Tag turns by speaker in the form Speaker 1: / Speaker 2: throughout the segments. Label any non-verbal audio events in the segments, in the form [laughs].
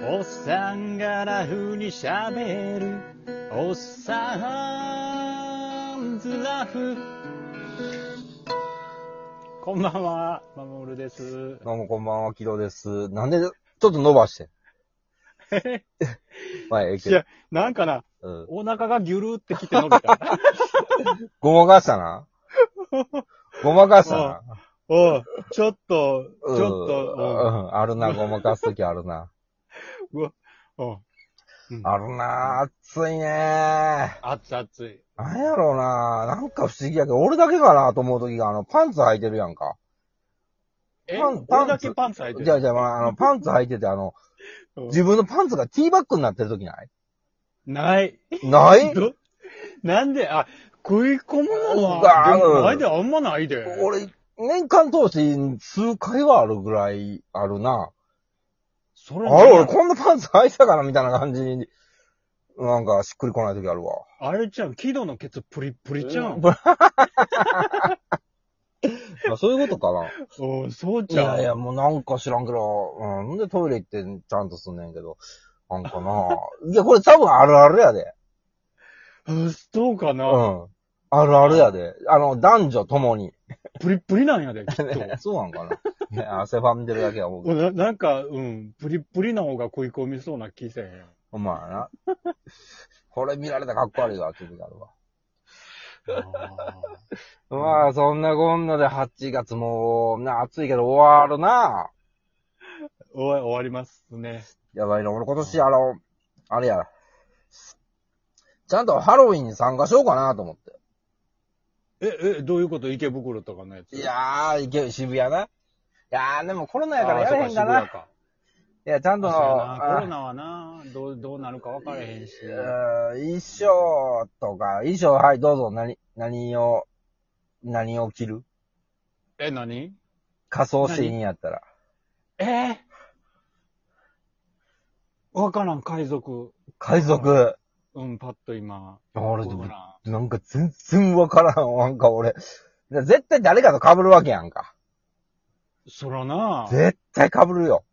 Speaker 1: おっさんがラフに喋る。おっさんずラフ。こんばんは、まもるです。
Speaker 2: どうもこんばんは、キドです。なんで、ちょっと伸
Speaker 1: [laughs]
Speaker 2: ばしてん。まあ、ええけ
Speaker 1: い
Speaker 2: ど
Speaker 1: や。、なんかな、
Speaker 2: うん。
Speaker 1: お腹がギュルーってきて伸びた。
Speaker 2: ごまかしたな。ごまかしたな。
Speaker 1: [laughs] おうちょっと、ち
Speaker 2: うん
Speaker 1: ょっと、
Speaker 2: うん。あるな、ごまかすときあるな。
Speaker 1: うんうん。うん
Speaker 2: あるな、暑いねー。
Speaker 1: 熱々い。
Speaker 2: なんやろうななんか不思議やけど、俺だけかなと思うときが、あの、パンツ履いてるやんか。
Speaker 1: え、
Speaker 2: パン
Speaker 1: これだけパンツ履いてる。
Speaker 2: じゃあじゃあ、まあ、あの、パンツ履いてて、あの、
Speaker 1: うん
Speaker 2: 自分のパンツがティーバッグになってるときない
Speaker 1: ない。
Speaker 2: ない
Speaker 1: どなんで、あ、食い込むの
Speaker 2: うわ
Speaker 1: は、
Speaker 2: ー
Speaker 1: でもないで、あんまないで。
Speaker 2: 俺、年間通して数回はあるぐらいあるな。
Speaker 1: それ
Speaker 2: あれ、俺こんなパンツ履いてたかなみたいな感じに、なんかしっくりこない時あるわ。
Speaker 1: あれちゃん、キドのケツプリップリちゃ
Speaker 2: [laughs]
Speaker 1: ん。
Speaker 2: まあそういうことかな。
Speaker 1: おうそう
Speaker 2: い
Speaker 1: ちゃ
Speaker 2: や
Speaker 1: ん。
Speaker 2: いや、もうなんか知らんけど、うん、なんでトイレ行ってちゃんとすんねんけど。なんかないや、これ多分あるあるやで。
Speaker 1: うんそうか
Speaker 2: う
Speaker 1: な、
Speaker 2: ん。あるあるやで。あの、男女ともに。
Speaker 1: プリップリなんや
Speaker 2: [laughs]
Speaker 1: で、きっと。
Speaker 2: そうなんかな。ね汗ばんでるだけは思うけど。
Speaker 1: うんななんか、うん、プリップリな方が食い込みそうな気せえへん。
Speaker 2: ほんまやな。これ見られたらかっこ悪いわ、っていう時あるわ。 [laughs]
Speaker 1: あ
Speaker 2: まあ、そんなこんなで8月も、な、暑いけど終わるな。
Speaker 1: ー終わ終わりますね。
Speaker 2: やばいな、俺今年あの、あれや、ちゃんとハロウィンに参加しようかなと思っ
Speaker 1: え、え、どういうこと池袋とかのやつ
Speaker 2: て。いやー、いけ、渋谷な。いやー、でもコロナやからやれへんか
Speaker 1: あ
Speaker 2: な。
Speaker 1: ー
Speaker 2: い
Speaker 1: そうか
Speaker 2: や、ちゃん
Speaker 1: 渋
Speaker 2: と、
Speaker 1: 谷かあそうやなコロ
Speaker 2: あ
Speaker 1: ナはな、どう、どうなるか分からへんし。
Speaker 2: うーん衣装とか、衣装、はい、どうぞ、何、何を、何を着る
Speaker 1: え、何
Speaker 2: 仮装していいんやったら。
Speaker 1: えー、わからん、海賊。
Speaker 2: 海賊。
Speaker 1: うん、パッと今。
Speaker 2: 俺で
Speaker 1: わ
Speaker 2: も
Speaker 1: か、らん
Speaker 2: なんか全然わからん。なんか俺、絶対誰かと被るわけやんか。
Speaker 1: そらな、
Speaker 2: 絶対被るよ。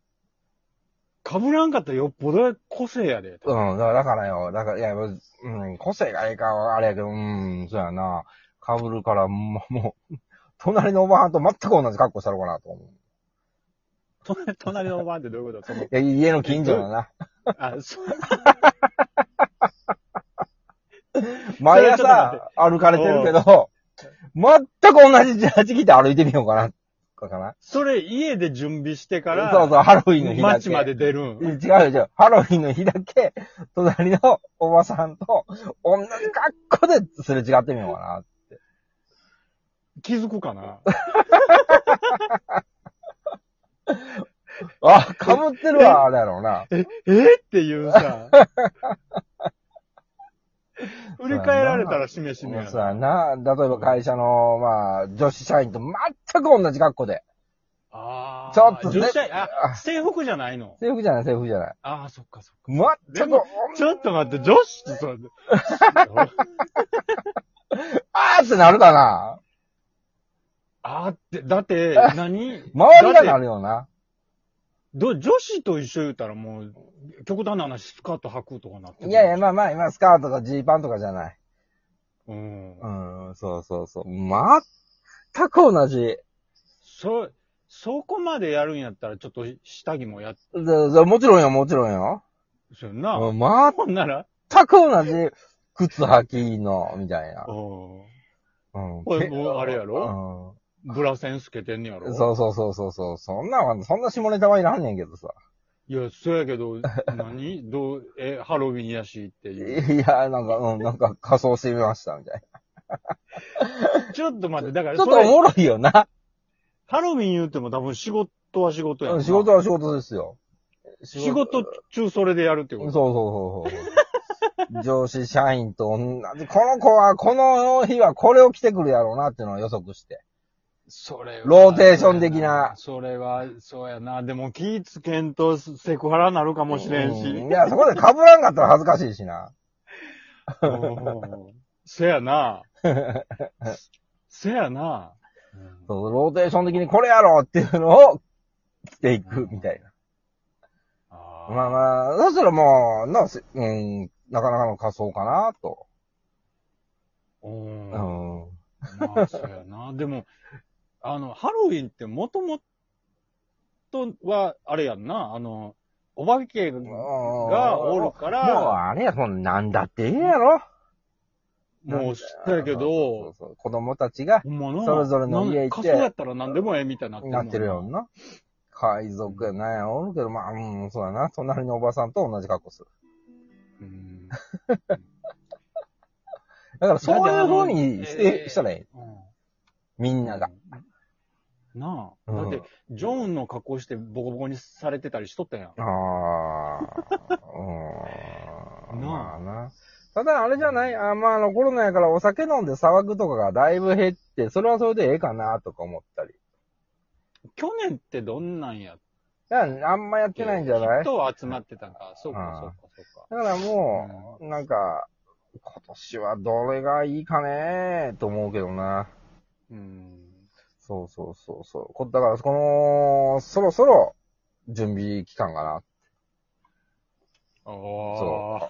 Speaker 1: かぶらんかったらよっぽど個性やで。
Speaker 2: うん、だからだからよ、だから、いや、もううん、個性がええかはあれやけど、うん、そうやな。被るから、もう、もう隣のおばはんと全く同じ格好したろうかなと思う。
Speaker 1: 隣隣のおばあんってどういうことその
Speaker 2: いや、家の近所だな。
Speaker 1: あ、そう、
Speaker 2: 毎朝歩かれてるけど、全く同じジャージ着て歩いてみようかな。かな。
Speaker 1: それ家で準備してから、
Speaker 2: そうそう、ハロウィンの日だけ。
Speaker 1: 街まで出るん。
Speaker 2: 違う違う。ハロウィンの日だけ、隣のおばさんと同じ格好ですれ違ってみようかな。
Speaker 1: 気づくかな
Speaker 2: あ、被ってるわ、あれやろうな。
Speaker 1: えっていうさ。振り返られたらしめしめや
Speaker 2: そうや
Speaker 1: な。
Speaker 2: な。例えば会社の、まあ、女子社員と全く同じ格好で。
Speaker 1: あー
Speaker 2: ちょっとね
Speaker 1: 女子あ、制服じゃないの
Speaker 2: 制服じゃない、制服じゃない。
Speaker 1: ああ、そっかそっか。
Speaker 2: 全く
Speaker 1: で、ちょっと待って、女子ってさ、
Speaker 2: [laughs] あーってなるかな。
Speaker 1: あーって、だって、何
Speaker 2: 周りがな
Speaker 1: だって
Speaker 2: るよな。
Speaker 1: ど女子と一緒言うたらもう、極端な話、スカート履くとかなってくる
Speaker 2: いやいや、、まあまあ、今、スカートとかジーパンとかじゃない。
Speaker 1: うん。
Speaker 2: うん、そうそうそう。全く同じ。
Speaker 1: そ、そこまでやるんやったら、ちょっと下着もやっ、
Speaker 2: ずずもちろんよ、もちろんよ。
Speaker 1: そうやな。
Speaker 2: うんま
Speaker 1: ほんなら、
Speaker 2: 全く同じ靴履きの、みたいな。
Speaker 1: うん。
Speaker 2: うん
Speaker 1: これもうあれやろ
Speaker 2: ろ
Speaker 1: ブラセンつけてんねやろ
Speaker 2: そうそうそうそうそう。そんなわ、そんな下ネタはいらんねんけどさ。
Speaker 1: いや、そうやけ
Speaker 2: [laughs]
Speaker 1: ど、何どう、え、ハロウィンやしっていう。
Speaker 2: いや、なんか、うん、なんか仮装してみました、みたい
Speaker 1: ちょっと待って、だか
Speaker 2: な。
Speaker 1: ら
Speaker 2: ちょっ
Speaker 1: そ
Speaker 2: とお
Speaker 1: れ、
Speaker 2: もろいよな。
Speaker 1: ハロウィン言うても多分仕事は仕事や
Speaker 2: うんん
Speaker 1: な。
Speaker 2: 仕事は仕事ですよ。
Speaker 1: 仕事中それでやるって
Speaker 2: そ
Speaker 1: こと。
Speaker 2: うそうそ
Speaker 1: [laughs]
Speaker 2: うそう。上司社員と同じ、この子はこの日はこれを着てくるやろうなっていうのを予測して。
Speaker 1: それは
Speaker 2: ローテーション的な
Speaker 1: それは、そうやな。でも気ぃつけんとセクハラなるかもしれんし。
Speaker 2: うんいや、そこで被らんかったら恥ずかしいしな。
Speaker 1: うん [laughs] せやな。せやな。
Speaker 2: そう、ローテーション的にこれやろうっていうのを着ていくみたいな。
Speaker 1: ああー
Speaker 2: まあまあ、そしたらもう、な、せうん、なかなかの仮想かな、と。
Speaker 1: うん
Speaker 2: う。ん。
Speaker 1: まあ、そうやな。でも、あの、ハロウィンってもともとは、あれやんな、あの、お化けが
Speaker 2: が
Speaker 1: がおるか
Speaker 2: もう
Speaker 1: ら、
Speaker 2: あれや、その、なんだっていいやろ。
Speaker 1: もう知ったやけ
Speaker 2: そうそう
Speaker 1: ど、
Speaker 2: そう子供たちが
Speaker 1: ほんまな。
Speaker 2: それぞれの家
Speaker 1: なん
Speaker 2: 行って
Speaker 1: か仮装やったら何でもええみたいになって
Speaker 2: なってるよ
Speaker 1: ん。
Speaker 2: な。海賊やなんやおるけど、まあ、うん、そうだな。隣のおばさんと同じ格好する。
Speaker 1: うん。
Speaker 2: だからそういう風
Speaker 1: だ
Speaker 2: に
Speaker 1: って
Speaker 2: し
Speaker 1: あの
Speaker 2: て、したらええ。
Speaker 1: うん
Speaker 2: みんなが。。
Speaker 1: なあ。
Speaker 2: う
Speaker 1: だ
Speaker 2: ん
Speaker 1: って、ジョンの格好してボコボコにされてたりしとったやん。
Speaker 2: ああ。うーん。
Speaker 1: なあ
Speaker 2: まあな。ただ、あれじゃないあまあ、あの、コロナやからお酒飲んで騒ぐとかがだいぶ減って、それはそれでええかな、とか思ったり。
Speaker 1: 去年ってどんなんやっ
Speaker 2: だからあんまやって
Speaker 1: て
Speaker 2: ないんじゃないだ
Speaker 1: 人は集まってたんか。そうか、そうか、そうか。
Speaker 2: からもう、なんか、今年はどれがいいかねと思うけどな。
Speaker 1: うん。
Speaker 2: そうそうそうそう。こだから、この、そろそろ、準備期間か [laughs] な。
Speaker 1: ああ。
Speaker 2: そ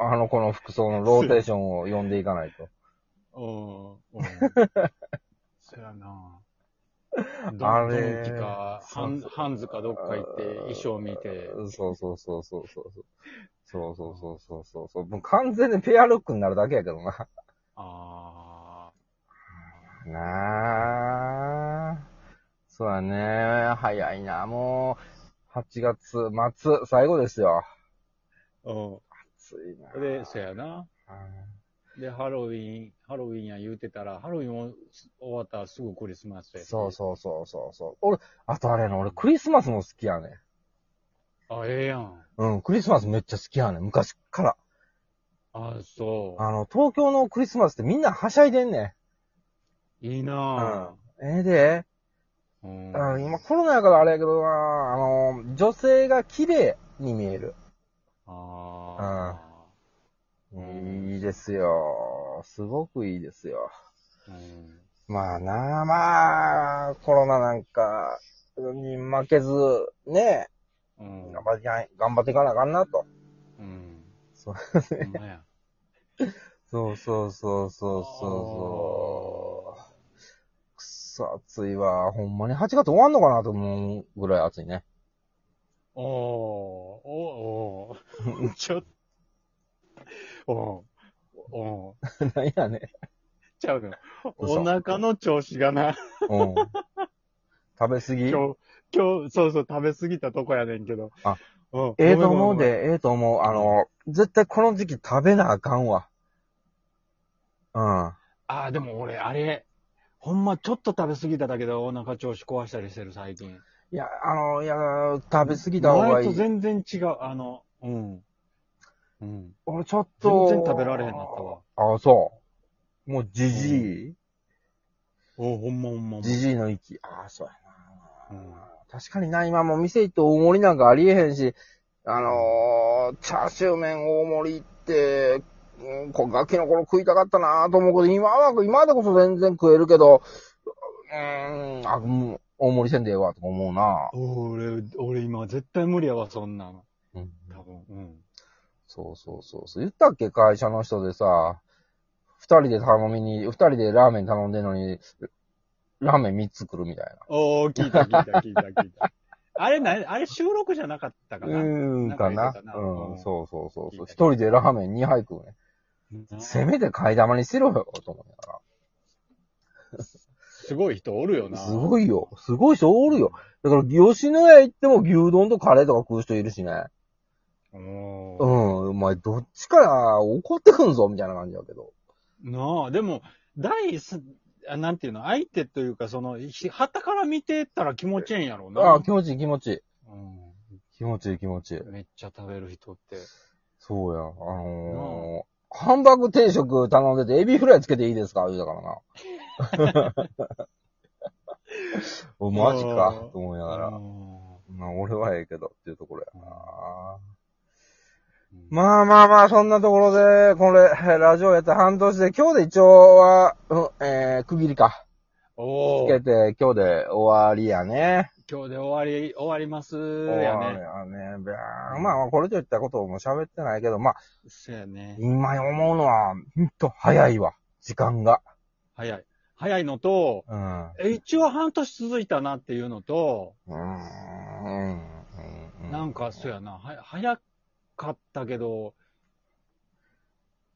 Speaker 2: あの、この服装のローテーションを読んでいかないと。
Speaker 1: うん。うん。
Speaker 2: [laughs]
Speaker 1: そやな。ど
Speaker 2: あ
Speaker 1: んど
Speaker 2: れ
Speaker 1: んきか、ハンハンズかどっか行って、衣装見て。
Speaker 2: そうそうそうそうそうそう。そうそうそうそうそうそう。もう完全にペアルックになるだけやけどな。
Speaker 1: あ
Speaker 2: [laughs]
Speaker 1: あ。
Speaker 2: なあ。そうだね。早いな。もう、8月末、最後ですよ。
Speaker 1: う
Speaker 2: 暑いな。
Speaker 1: ん。で、そやな。で、ハロウィン、ハロウィンや言うてたら、ハロウィンも終わったらすぐクリスマスやし
Speaker 2: そうそうそうそうそう。俺、あとあれやね、俺クリスマスも好きやね。
Speaker 1: あ、ええやん。
Speaker 2: うん、クリスマスめっちゃ好きやね。昔から。
Speaker 1: あ、そ
Speaker 2: あの、東京のクリスマスってみんなはしゃいでんね
Speaker 1: う。いいなぁ。
Speaker 2: ん。ええで、
Speaker 1: うん
Speaker 2: うん、今コロナやからあれやけどな、あの、女性が綺麗に見える。
Speaker 1: あうん
Speaker 2: いいですよ。すごくいいですよ。
Speaker 1: あ。うん。
Speaker 2: まあなあ、まあ、コロナなんかに負けず、ね、
Speaker 1: うん。
Speaker 2: 頑張ってやん、頑張っていかなあかんなと。
Speaker 1: うん。
Speaker 2: そう
Speaker 1: ほんまや。
Speaker 2: そうそうそうそうそうそう。くそ暑いわ。ほんまに8月終わんのかなと思うぐらい暑いね。
Speaker 1: おー、おー、
Speaker 2: [laughs]
Speaker 1: おー、ちょっと、おー、おー、
Speaker 2: なんやね。
Speaker 1: ちゃうの。
Speaker 2: 嘘
Speaker 1: お腹の調子がな、
Speaker 2: うん。食べ過ぎ
Speaker 1: 今日、今日、そうそう、食べ過ぎたとこやねんけど。
Speaker 2: あ
Speaker 1: うん、
Speaker 2: ええと思う
Speaker 1: ごめんごめんごめん。
Speaker 2: で、ええと思う。あの、絶対この時期食べなあかんわ。うん。
Speaker 1: ああ、でも俺、あれ、ほんまちょっと食べ過ぎただけでお腹調子壊したりしてる、最近。
Speaker 2: いや、あの、いや、食べ過ぎた方が
Speaker 1: 前
Speaker 2: い
Speaker 1: と
Speaker 2: い。
Speaker 1: 全然違う、あの、うん。うん。
Speaker 2: 俺ちょっと。
Speaker 1: 全然食べられへんなったわ。
Speaker 2: ああ、そう。もう、じじい
Speaker 1: おほんまほんまほんま。
Speaker 2: じじいの域。ああ、そうや
Speaker 1: うん
Speaker 2: な。確かにな、今もう店行って大盛りなんかありえへんし、あのーチャーシュー麺大盛りって、うん、こガキの頃食いたかったなと思うけど、今は、今でこそ全然食えるけど、うーん、あ、もう、大盛りせんでええわ、とか思うな、
Speaker 1: 俺、俺今絶対無理やわ、そんなの。
Speaker 2: うん。
Speaker 1: 多分。うん。
Speaker 2: そうそうそうそう。言ったっけ会社の人でさ、二人で頼みに、二人でラーメン頼んでんのに、ラーメン三つ来るみたい
Speaker 1: おー、聞いた聞いた聞いた聞いた。 [laughs] あれ、な、あれ収録じゃなかったか
Speaker 2: な。
Speaker 1: な。
Speaker 2: うーん、かな。
Speaker 1: なんか言ってたな
Speaker 2: う、
Speaker 1: うんん
Speaker 2: そうそうそう
Speaker 1: 聞い
Speaker 2: そ
Speaker 1: た聞
Speaker 2: う。一
Speaker 1: いた
Speaker 2: 人でラーメン二杯食うね。せめて替え玉にしろよ、と思いなが
Speaker 1: すごい人おるよな。
Speaker 2: ら。すごいよ。すごい人おるよ。。だから、吉野家行っても牛丼とカレーとか食う人いるしね。
Speaker 1: お
Speaker 2: う
Speaker 1: ー
Speaker 2: ん、お前どっちか怒ってくんぞ、みたいな感じだけど。
Speaker 1: なあ、でも、第す、あなんていうの、相手というか、その、ひ旗から見てたら気持ちええんやろうな。
Speaker 2: ああ、気持ちいい気持ちいい。気持ちいい気持ちいい。
Speaker 1: うん。めっちゃ食べる人って。
Speaker 2: そうや、あのー、ハンバーグ定食頼んでて、エビフライつけていいですか言うたからな。 [laughs] おマジか、と思いながら。
Speaker 1: の
Speaker 2: まあ、俺はええけどっていうところやな。
Speaker 1: ーうん
Speaker 2: まあまあまあ、そんなところで、これ、ラジオやって半年で、今日で一応は、うん、えー、区切りか。つ
Speaker 1: お
Speaker 2: け
Speaker 1: ー
Speaker 2: て、今日で終わりやね。
Speaker 1: 今日で終わり、終わります。や
Speaker 2: やね
Speaker 1: ね。。
Speaker 2: ビャーンまあまあ、これといったことをもう喋ってないけど、まあ、
Speaker 1: そうやね。
Speaker 2: 今思うのは、ほんと早いわ。時間が。
Speaker 1: 早い。早いのと、
Speaker 2: うん。
Speaker 1: え一応半年続いたなっていうのと、
Speaker 2: うーん。う
Speaker 1: なんか、そうやな、は、早かったけど、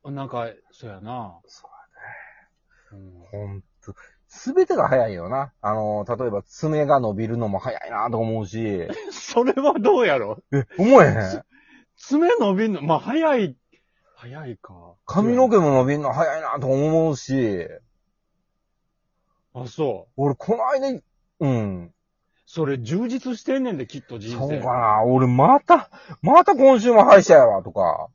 Speaker 1: なんか、そうやな。
Speaker 2: そ
Speaker 1: うん
Speaker 2: ほんと。すべてが早いよな。あの、例えば爪が伸びるのも早いなと思う
Speaker 1: [laughs]
Speaker 2: し。
Speaker 1: それはどうやろ
Speaker 2: え、思えへん。
Speaker 1: 爪伸びんの、まあ、早い、早いか。
Speaker 2: 髪の毛も伸びるの早いなと思うし。
Speaker 1: あ、そう。
Speaker 2: 俺、この間、うん。
Speaker 1: それ充実してんねんで、きっと人
Speaker 2: そう
Speaker 1: 生。
Speaker 2: かな。俺、また、また今週も歯医者やわ、とか。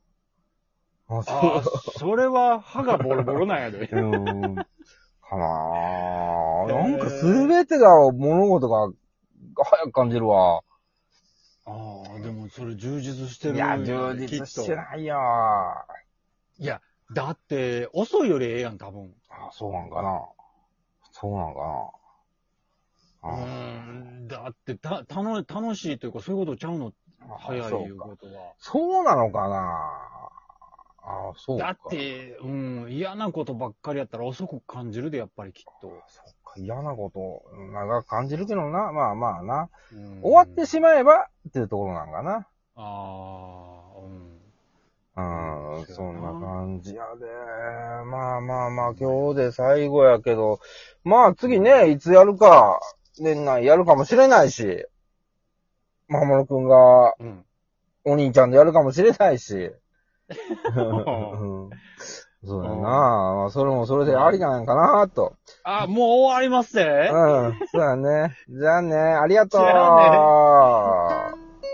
Speaker 2: あ、
Speaker 1: あ
Speaker 2: そう。
Speaker 1: それは歯がボロボロなんやで。
Speaker 2: うー
Speaker 1: [laughs]
Speaker 2: ん。かな
Speaker 1: へー
Speaker 2: ぁ。なんか、すべてが、物事が、早く感じるわ。
Speaker 1: ああ、でもそれ充実し
Speaker 2: い
Speaker 1: てるん
Speaker 2: や、
Speaker 1: ね
Speaker 2: 充実し
Speaker 1: き
Speaker 2: て
Speaker 1: っ
Speaker 2: ないよ。
Speaker 1: といや、だって、遅いよりええやん、多分。
Speaker 2: あ、そうなんかな。そうなんか
Speaker 1: う
Speaker 2: な。
Speaker 1: ーん、だって、た、たの、楽しいというか、そういうことちゃうの、
Speaker 2: あ
Speaker 1: 早い
Speaker 2: そ
Speaker 1: いうう
Speaker 2: か。
Speaker 1: ことは。
Speaker 2: そうなのかなあ、そうか。
Speaker 1: だって、うん、嫌なことばっかりやったら遅く感じるで、やっぱりきっと。
Speaker 2: そっか、嫌なこと、長く感じるけどな、まあまあな。
Speaker 1: うん
Speaker 2: 終わってしまえばっていうところなんかな。
Speaker 1: ああ、うん。
Speaker 2: う、
Speaker 1: うんん
Speaker 2: そんな感じやで。まあまあまあ、今日で最後やけど、まあ次ね、いつやるか、年内やるかもしれないし、まもろくんが
Speaker 1: うん。
Speaker 2: お兄ちゃんでやるかもしれないし。
Speaker 1: ん
Speaker 2: そうやな。まあ、それもそれでありなんかなと。
Speaker 1: あ、もう終わります
Speaker 2: う
Speaker 1: で
Speaker 2: ん。そうやね。じゃあね。ありがとう。
Speaker 1: じゃあ